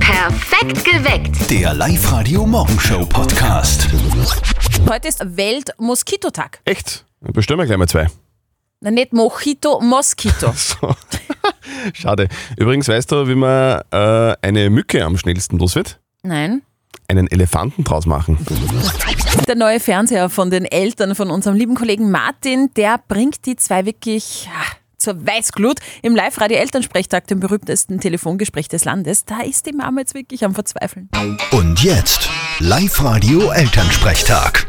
Perfekt geweckt. Der Live-Radio-Morgenshow-Podcast. Heute ist Welt-Moskitotag. Echt? Dann bestellen wir gleich mal zwei. Na, Nicht Mojito, Moskito. So. Schade. Übrigens, weißt du, wie man äh, eine Mücke am schnellsten los wird? Nein. Einen Elefanten draus machen. Der neue Fernseher von den Eltern von unserem lieben Kollegen Martin, der bringt die zwei wirklich ah, zur Weißglut. Im Live-Radio Elternsprechtag, dem berühmtesten Telefongespräch des Landes, da ist die Mama jetzt wirklich am Verzweifeln. Und jetzt Live-Radio-Elternsprechtag.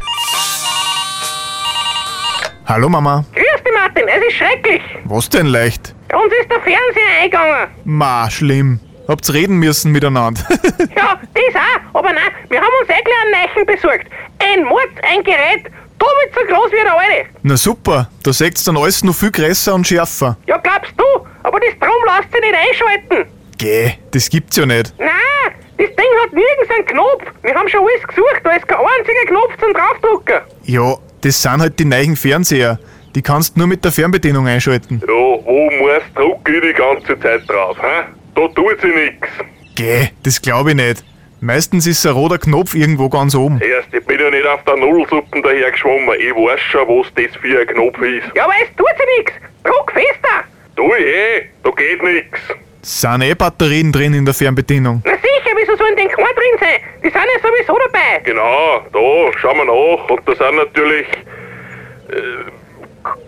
Hallo Mama. Grüß dich, Martin, es ist schrecklich. Was denn leicht? Uns ist der Fernseher eingegangen. Ma, schlimm. Habt's reden müssen miteinander. Ja, das auch, aber nein, wir haben uns eigentlich einen Neichen besorgt. Ein Mord, ein Gerät, doppelt so groß wie der alte. Na super, da seht's dann alles noch viel größer und schärfer. Ja, glaubst du, aber das Drum lässt sich nicht einschalten. Geh, das gibt's ja nicht. Nein, das Ding hat nirgends einen Knopf. Wir haben schon alles gesucht, da ist kein einziger Knopf zum Draufdrucken. Ja, das sind halt die neuen Fernseher. Die kannst nur mit der Fernbedienung einschalten. Ja, wo muss drücke ich die ganze Zeit drauf, hä? Da tut sie nix. Geh, das glaube ich nicht. Meistens ist ein roter Knopf irgendwo ganz oben. Erst, ich bin ja nicht auf der Nudelsuppen daher geschwommen. Ich weiß schon, was das für ein Knopf ist. Ja, aber es tut sich nichts. Druck fester. Du, eh, da geht nix. Sind eh Batterien drin in der Fernbedienung. Na sicher, wieso sollen denn keine drin sein? Die sind ja sowieso dabei. Genau, da, schauen wir nach. Und da sind natürlich. Äh,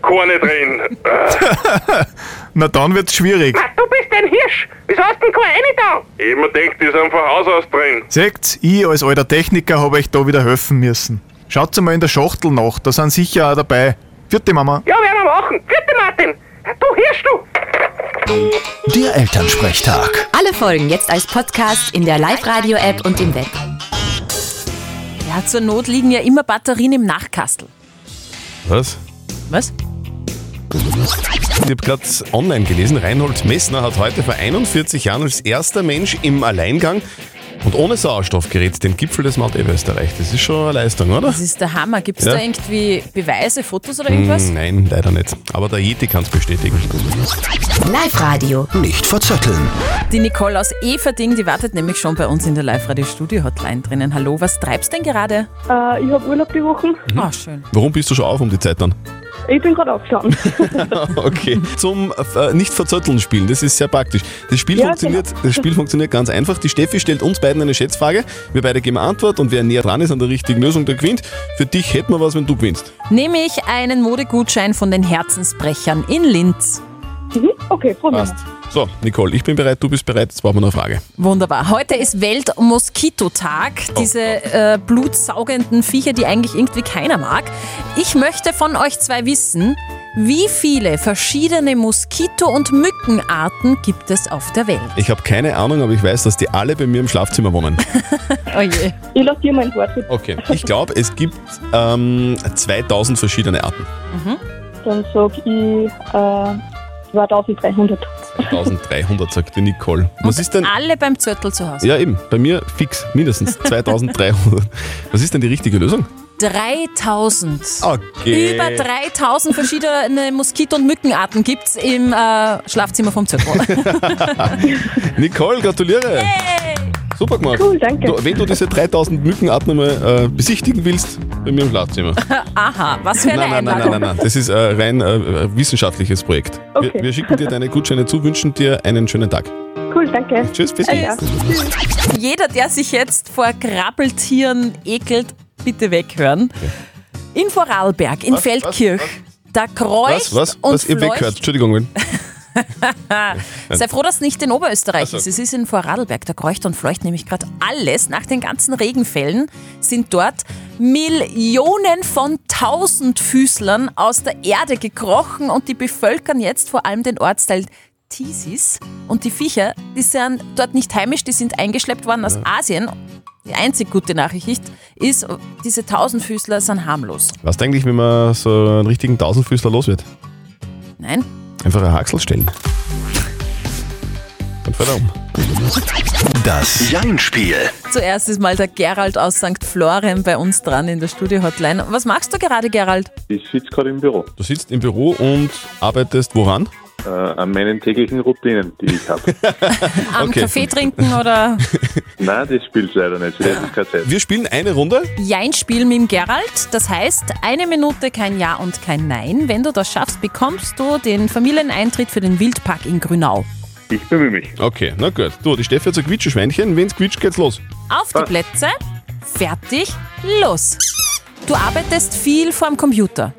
keine drin. Äh, Na dann wird's schwierig. Ma, du bist ein Hirsch. Wieso hast du denn keine rein da? ich mir denk, die sind von Haus aus drin. Seht's, ich als alter Techniker habe euch da wieder helfen müssen. Schaut's mal in der Schachtel nach, da sind sicher auch dabei. Vierte Mama. Ja, werden wir machen. Vierte Martin. Du Hirsch, du. Der Elternsprechtag. Alle Folgen jetzt als Podcast in der Live-Radio-App und im Web. Ja, zur Not liegen ja immer Batterien im Nachkastel. Was? Was? Ich habe gerade online gelesen, Reinhold Messner hat heute vor 41 Jahren als erster Mensch im Alleingang und ohne Sauerstoffgerät den Gipfel des Mount Everest erreicht. Das ist schon eine Leistung, oder? Das ist der Hammer. Gibt's Ja. da irgendwie Beweise, Fotos oder irgendwas? Nein, leider nicht. Aber der Yeti kann es bestätigen. Live-Radio. Nicht verzetteln. Die Nicole aus Everding, die wartet nämlich schon bei uns in der Live-Radio-Studio-Hotline drinnen. Hallo, was treibst denn gerade? Äh, ich habe Urlaub die Woche. Mhm. Ah, schön. Warum bist du schon auf um die Zeit dann? Ich bin gerade aufgestanden. Okay. Zum äh, nicht verzötteln spielen, das ist sehr praktisch. Das Spiel, Ja, funktioniert, das Spiel funktioniert ganz einfach. Die Steffi stellt uns beiden eine Schätzfrage. Wir beide geben Antwort und wer näher dran ist an der richtigen Lösung, der gewinnt. Für dich hätten wir was, wenn du gewinnst. Nehme ich einen Modegutschein von den Herzensbrechern in Linz. Mhm, okay, Genau. probieren wir. So, Nicole, ich bin bereit, du bist bereit, jetzt brauchen wir noch eine Frage. Wunderbar. Heute ist Oh Welt-Moskitotag. Diese äh, blutsaugenden Viecher, die eigentlich irgendwie keiner mag. Ich möchte von euch zwei wissen, wie viele verschiedene Moskito- und Mückenarten gibt es auf der Welt? Ich habe keine Ahnung, aber ich weiß, dass die alle bei mir im Schlafzimmer wohnen. Oh je. Ich lasse dir meinen Vortritt. Okay. Ich glaube, es gibt ähm, 2000 verschiedene Arten. Dann sage ich äh, 2300. 1300, sagt die Nicole. Was ist denn. Alle beim Zörtel zu Hause. Ja, eben, bei mir fix, mindestens 2300. Was ist denn die richtige Lösung? 3000. Okay. Über 3000 verschiedene Moskito- und Mückenarten gibt es im äh, Schlafzimmer vom Zirkel. Nicole, gratuliere. Super gemacht. Cool, danke. Du, wenn du diese 3000 Mückenarten einmal äh, besichtigen willst, bei mir im Schlafzimmer. Aha, was für eine nein, nein, nein, Einladung. nein, nein, nein. Das ist äh, rein äh, wissenschaftliches Projekt. Wir, Okay. wir schicken dir deine Gutscheine zu, wünschen dir einen schönen Tag. Cool, danke. Tschüss, bis Ah, dann. ja. Jeder, der sich jetzt vor Krabbeltieren ekelt, bitte weghören. In Vorarlberg, in Was, Feldkirch, da kreucht Was, was, und was ihr fleucht- weghört? Entschuldigung. Wenn, Sei froh, dass es nicht in Oberösterreich so. ist. Es ist in Vorarlberg. Da kreucht und fleucht nämlich gerade alles. Nach den ganzen Regenfällen sind dort Millionen von Tausendfüßlern aus der Erde gekrochen und die bevölkern jetzt vor allem den Ortsteil Tisis. Und die Viecher, die sind dort nicht heimisch, die sind eingeschleppt worden aus Asien. Die einzig gute Nachricht ist, diese Tausendfüßler sind harmlos. was eigentlich, wenn man so einen richtigen Tausendfüßler los wird? Nein? Einfach eine Haxel stellen. Dann fällt er um. Das Jein-Spiel. Zuerst ist mal der Gerald aus St. Florian bei uns dran in der Studio-Hotline. Was machst du gerade, Gerald? Ich sitze gerade im Büro. Du sitzt im Büro und arbeitest woran? äh, an meinen täglichen Routinen, die ich habe. Am Okay. Kaffee trinken oder Nein, das spielt leider nicht, für das ist keine Zeit. Wir spielen eine Runde. Jein-Spiel mit dem Gerald. Das heißt, eine Minute kein Ja und kein Nein. Wenn du das schaffst, bekommst du den Familieneintritt für den Wildpark in Grünau. Ich bemühe mich. Okay, na gut. Du, die Steffi hat so Quietscheschweinchen. Wenn's quietscht, geht's los. Auf die Plätze, fertig, los. Du arbeitest viel vorm Computer.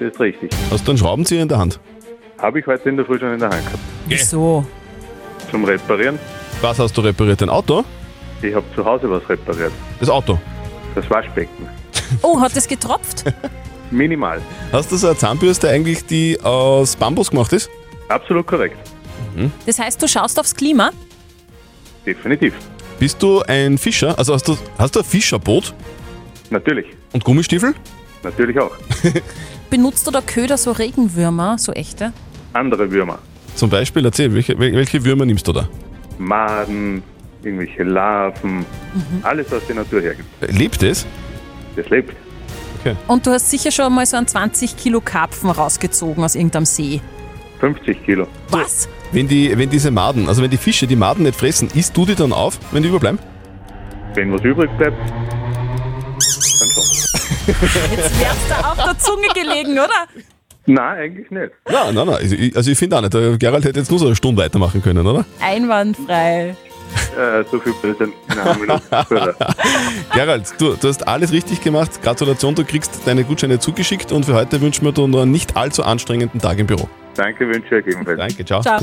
Das ist richtig. Hast du einen Schraubenzieher in der Hand? Habe ich heute in der Früh schon in der Hand gehabt. Wieso? Zum Reparieren. Was hast du repariert? Dein Auto? Ich habe zu Hause was repariert. Das Auto. Das Waschbecken. Oh, hat es getropft? Minimal. Hast du so eine Zahnbürste eigentlich, die aus Bambus gemacht ist? Absolut korrekt. Das heißt, du schaust aufs Klima. Definitiv. Bist du ein Fischer? Also hast du, hast du ein Fischerboot Natürlich. und Gummistiefel? Natürlich auch. Benutzt du da Köder so Regenwürmer, so echte? Andere Würmer. Zum Beispiel, erzähl, welche, wel- welche Würmer nimmst du da? Maden, irgendwelche Larven. Alles, was die Natur hergibt. Lebt es? Das lebt. Und du hast sicher schon mal so einen 20 Kilo Karpfen rausgezogen aus irgendeinem See. 50 Kilo. Was? Wenn, die, wenn diese Maden, also wenn die Fische die Maden nicht fressen, isst du die dann auf, wenn die überbleiben? Wenn was übrig bleibt, dann schon. Jetzt wärst du auf der Zunge gelegen, oder? Nein, eigentlich nicht. Nein, nein, nein. Also ich, also ich finde auch nicht. Der Gerald hätte jetzt nur so eine Stunde weitermachen können, oder? Einwandfrei. Äh, so viel Blödsinn in einer Minute. Förder. Gerald, du, du hast alles richtig gemacht. Gratulation, du kriegst deine Gutscheine zugeschickt und für heute wünschen wir dir noch einen nicht allzu anstrengenden Tag im Büro. Danke, wünsche ich euch ebenfalls. Danke, ciao. Ciao.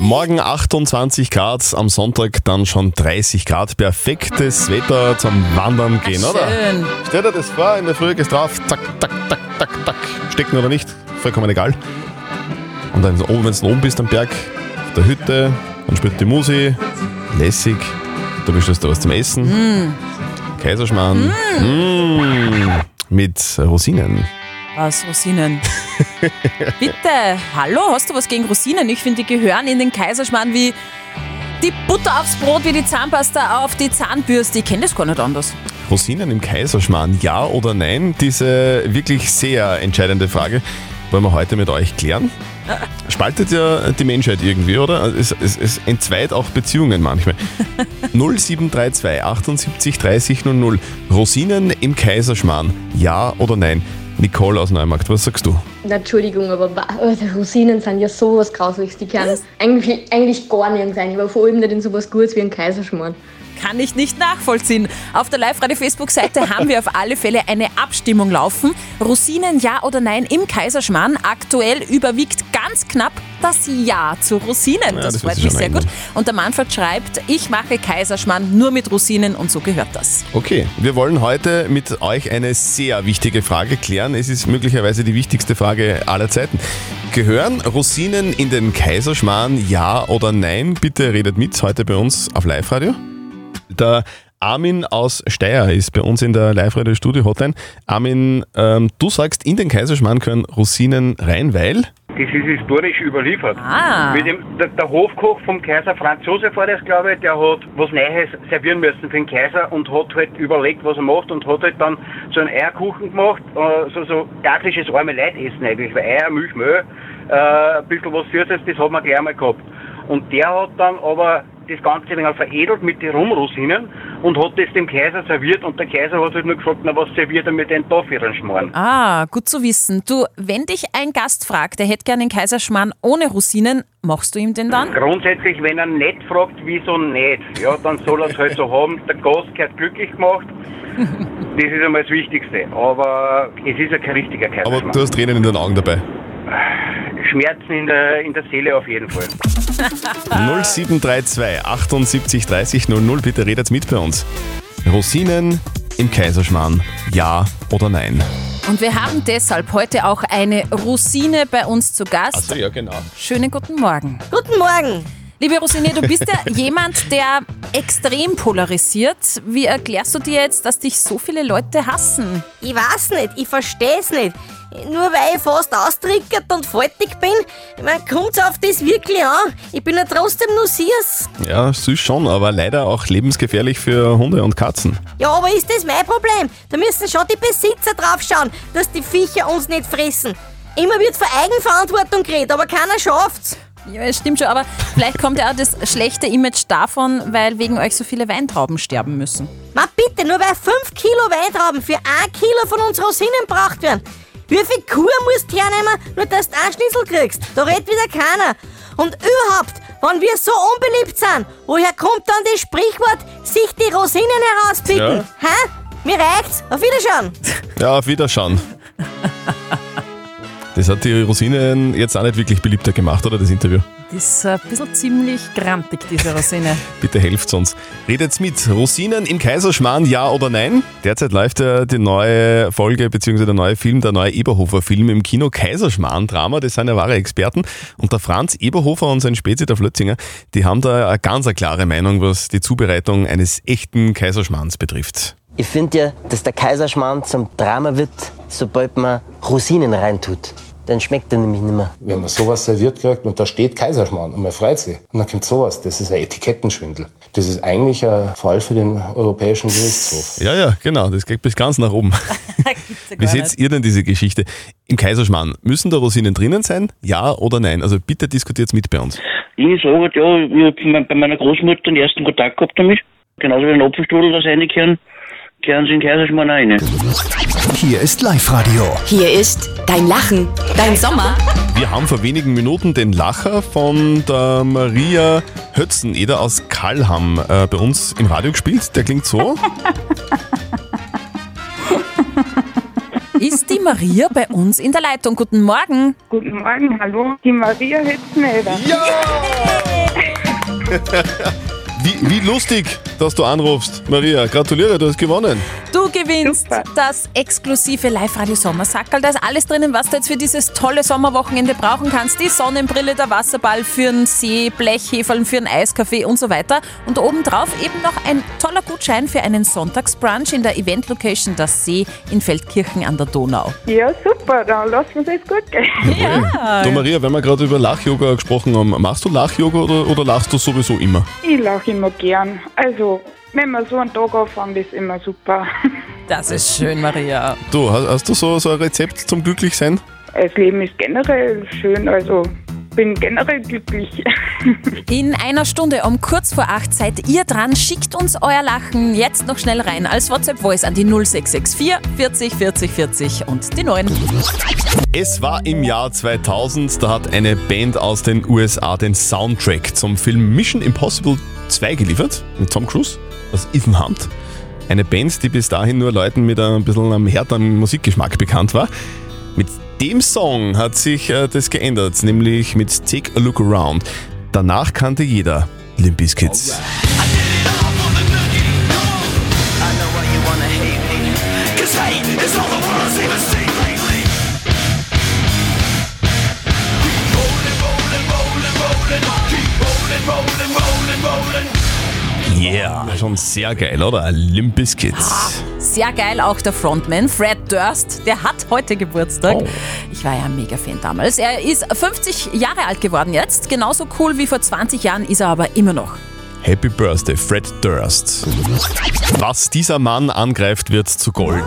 Morgen 28 Grad, am Sonntag dann schon 30 Grad. Perfektes Wetter zum Wandern gehen, oder? Schön. Stell dir das vor, in der Früh gehst drauf, zack, zack, zack, zack, zack. Stecken oder nicht, vollkommen egal. Und dann, wenn du oben bist am Berg, auf der Hütte, dann spielt die Musi, lässig, du bestellst da was zum Essen. Kaiserschmarrn. Mm. Mit Rosinen. Was, Rosinen? Bitte, hallo, hast du was gegen Rosinen? Ich finde, die gehören in den Kaiserschmarrn wie die Butter aufs Brot, wie die Zahnpasta auf die Zahnbürste. Ich kenne das gar nicht anders. Rosinen im Kaiserschmarrn, ja oder nein? Diese wirklich sehr entscheidende Frage wollen wir heute mit euch klären. Spaltet ja die Menschheit irgendwie, oder? Also Es, es, es entzweit auch Beziehungen manchmal. 0732 78 30 00. Rosinen im Kaiserschmarrn, ja oder nein? Nicole aus Neumarkt, was sagst du? Entschuldigung, aber also Rosinen sind ja sowas grausliches. Die können eigentlich, eigentlich gar nirgends sein, aber vor allem nicht in sowas Gutes wie ein Kaiserschmarrn. Kann ich nicht nachvollziehen. Auf der Live-Radio-Facebook-Seite haben wir auf alle Fälle eine Abstimmung laufen. Rosinen, ja oder nein im Kaiserschmarrn. Aktuell überwiegt ganz knapp das Ja zu Rosinen. das, das freut ist mich schon sehr gut. eingeladen. Und der Manfred schreibt, ich mache Kaiserschmarrn nur mit Rosinen und so gehört das. Okay, wir wollen heute mit euch eine sehr wichtige Frage klären. Es ist möglicherweise die wichtigste Frage aller Zeiten. Gehören Rosinen in den Kaiserschmarrn, ja oder nein? Bitte redet mit heute bei uns auf Live-Radio. Der Armin aus Steyr ist bei uns in der Live-Radio-Studio-Hotline. Armin, ähm, du sagst, in den Kaiserschmarrn können Rosinen rein, weil... Das ist historisch überliefert. Ah. Mit dem, der, der Hofkoch vom Kaiser Franz Josef war das, glaube ich, der hat was Neues servieren müssen für den Kaiser und hat halt überlegt, was er macht und hat halt dann so einen Eierkuchen gemacht, äh, so, so tägliches arme Leitessen eigentlich, weil Eier, Milch, Mehl, äh, ein bisschen was Süßes, das hat man gleich einmal gehabt. Und der hat dann aber das Ganze ein wenig veredelt mit den Rumrosinen und hat das dem Kaiser serviert und der Kaiser hat halt nur gefragt, na was serviert er mit den Tofferen schmoren. Ah, gut zu wissen. Du, wenn dich ein Gast fragt, der hätte gerne einen Kaiserschmarrn ohne Rosinen, machst du ihm den dann? Grundsätzlich, wenn er nicht fragt, wieso nicht, ja, dann soll er es halt so haben. Der Gast gehört glücklich gemacht. Das ist einmal das Wichtigste. Aber es ist ja kein richtiger Aber Kaiserschmarrn. du hast Tränen in den Augen dabei. Schmerzen in der, in der Seele auf jeden Fall. 0732 78 30 00. Bitte redet mit bei uns. Rosinen im Kaiserschmarrn, ja oder nein? Und wir haben deshalb heute auch eine Rosine bei uns zu Gast. ja, genau. Schönen guten Morgen. Guten Morgen. Liebe Rosine, du bist ja jemand, der extrem polarisiert. Wie erklärst du dir jetzt, dass dich so viele Leute hassen? Ich weiß nicht, ich verstehe es nicht. Nur weil ich fast austrickert und faltig bin, man kommt auf das wirklich an. Ich bin ja trotzdem nur süß. Ja, süß schon, aber leider auch lebensgefährlich für Hunde und Katzen. Ja, aber ist das mein Problem? Da müssen schon die Besitzer drauf schauen, dass die Viecher uns nicht fressen. Immer wird von Eigenverantwortung geredet, aber keiner schafft's. Ja, es stimmt schon, aber vielleicht kommt ja auch das schlechte Image davon, weil wegen euch so viele Weintrauben sterben müssen. Ma bitte, nur weil 5 Kilo Weintrauben für 1 Kilo von uns Rosinen braucht werden. Wie viel Kur musst du hernehmen, nur dass du einen Schnitzel kriegst? Da redet wieder keiner. Und überhaupt, wenn wir so unbeliebt sind, woher kommt dann das Sprichwort, sich die Rosinen herauspicken? Ja. Hä? Mir reicht's. Auf Wiedersehen. Ja, auf Wiederschauen. Das hat die Rosinen jetzt auch nicht wirklich beliebter gemacht, oder das Interview? Das ist ein bisschen ziemlich grantig, diese Rosine. Bitte helft uns. Redet's mit. Rosinen im Kaiserschmarrn, ja oder nein? Derzeit läuft ja die neue Folge bzw. der neue Film, der neue Eberhofer-Film im Kino Kaiserschmarrn-Drama. Das sind ja wahre Experten. Und der Franz Eberhofer und sein Spezi, der Flötzinger, die haben da eine ganz eine klare Meinung, was die Zubereitung eines echten Kaiserschmarrns betrifft. Ich finde ja, dass der Kaiserschmarrn zum Drama wird, sobald man Rosinen reintut. Dann schmeckt er nämlich nicht mehr. Wenn man sowas serviert kriegt und da steht Kaiserschmarrn und man freut sich und dann kommt sowas, das ist ein Etikettenschwindel. Das ist eigentlich ein Fall für den Europäischen Gerichtshof. Ja, ja, genau. Das geht bis ganz nach oben. Wie seht ihr denn diese Geschichte? Im Kaiserschmarrn, müssen da Rosinen drinnen sein? Ja oder nein? Also bitte diskutiert's mit bei uns. Ich sage halt, ja, ich hab me- bei meiner Großmutter den ersten Kontakt gehabt damit. Genauso wie ein Apfelstrudel, das reinkehren, kehren sie in den Kaiserschmarrn rein. Hier ist Live-Radio. Hier ist dein Lachen, dein Sommer. Wir haben vor wenigen Minuten den Lacher von der Maria Hötzeneder aus Kalham äh, bei uns im Radio gespielt. Der klingt so. Ist die Maria bei uns in der Leitung? Guten Morgen. Guten Morgen, hallo, die Maria Hitzmeder. Ja! Wie, wie lustig, dass du anrufst. Maria, gratuliere, du hast gewonnen. Du gewinnst das exklusive Live-Radio Sommersackerl. Da ist alles drinnen, was du jetzt für dieses tolle Sommerwochenende brauchen kannst. Die Sonnenbrille, der Wasserball für einen See, Blechheferl für einen Eiskaffee und so weiter. Und obendrauf eben noch ein toller Gutschein für einen Sonntagsbrunch in der Event-Location Das See in Feldkirchen an der Donau. Ja, super, dann lassen uns es gut gehen. Du Maria, wenn wir gerade über Lach-Yoga gesprochen haben, machst du Lach-Yoga oder, oder lachst du sowieso immer? Ich lache immer gern. Also, wenn wir so einen Tag anfangen, ist immer super. Das ist schön, Maria. Du, hast, hast du so, so ein Rezept zum Glücklichsein? Das Leben ist generell schön, also bin generell glücklich. In einer Stunde um kurz vor acht seid ihr dran. Schickt uns euer Lachen jetzt noch schnell rein als WhatsApp-Voice an die 0664 40 40 40 und die 9. Es war im Jahr 2000, da hat eine Band aus den USA den Soundtrack zum Film Mission Impossible 2 geliefert, mit Tom Cruise aus Ethan Hunt. Eine Band, die bis dahin nur Leuten mit ein bisschen einem härteren Musikgeschmack bekannt war. Mit dem Song hat sich äh, das geändert, nämlich mit Take a Look Around. Danach kannte jeder Limp Bizkits. Yeah, schon sehr geil, oder? Limp Bizkits. Sehr geil auch der Frontman Fred Durst, der hat heute Geburtstag. Ich war ja ein Mega-Fan damals. Er ist 50 Jahre alt geworden jetzt. Genauso cool wie vor 20 Jahren ist er aber immer noch. Happy Birthday, Fred Durst. Was dieser Mann angreift, wird zu Gold.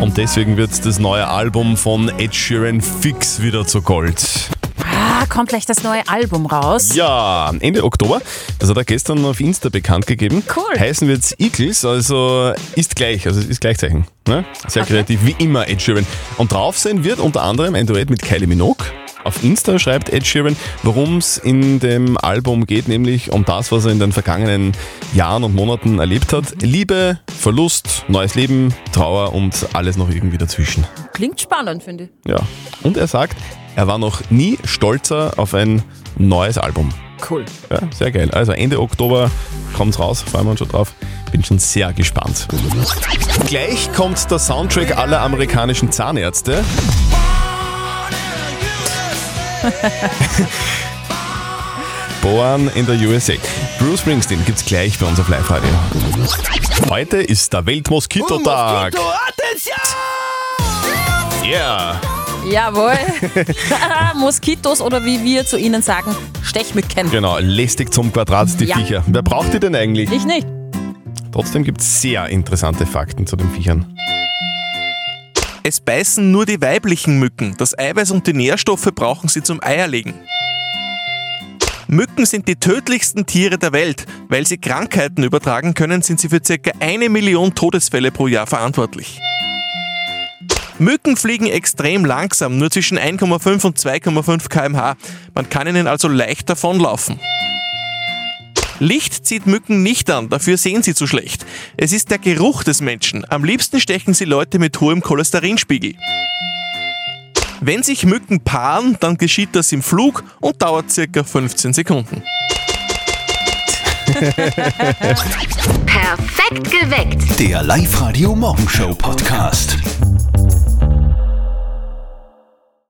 Und deswegen wird das neue Album von Ed Sheeran fix wieder zu Gold. Ah, kommt gleich das neue Album raus. Ja, Ende Oktober. Das hat er gestern auf Insta bekannt gegeben. Cool. Heißen wir jetzt Eagles, also ist gleich, also ist Gleichzeichen. Ne? Sehr kreativ, wie immer Ed Sheeran. Und drauf sein wird unter anderem ein Duett mit Kylie Minogue. Auf Insta schreibt Ed Sheeran, worum es in dem Album geht, nämlich um das, was er in den vergangenen Jahren und Monaten erlebt hat. Liebe, Verlust, neues Leben, Trauer und alles noch irgendwie dazwischen. Klingt spannend, finde ich. Ja. Und er sagt, er war noch nie stolzer auf ein neues Album. Cool. Ja, sehr geil. Also Ende Oktober kommt's raus, freuen wir uns schon drauf. Bin schon sehr gespannt. Gleich kommt der Soundtrack aller amerikanischen Zahnärzte. Born in der USA. Bruce Springsteen gibt's gleich bei uns auf Live-Radio. Heute ist der Weltmoskitotag. Yeah. Jawohl. Moskitos oder wie wir zu ihnen sagen, Stechmücken. Genau, lästig zum Quadrat, die Ja. Viecher. Wer braucht die denn eigentlich? Ich nicht. Trotzdem gibt es sehr interessante Fakten zu den Viechern. Es beißen nur die weiblichen Mücken. Das Eiweiß und die Nährstoffe brauchen sie zum Eierlegen. Mücken sind die tödlichsten Tiere der Welt. Weil sie Krankheiten übertragen können, sind sie für ca. eine Million Todesfälle pro Jahr verantwortlich. Mücken fliegen extrem langsam, nur zwischen 1,5 und 2,5 km/h. Man kann ihnen also leicht davonlaufen. Licht zieht Mücken nicht an, dafür sehen sie zu schlecht. Es ist der Geruch des Menschen. Am liebsten stechen sie Leute mit hohem Cholesterinspiegel. Wenn sich Mücken paaren, dann geschieht das im Flug und dauert circa 15 Sekunden. Perfekt geweckt. Der Live-Radio Morgenshow Podcast.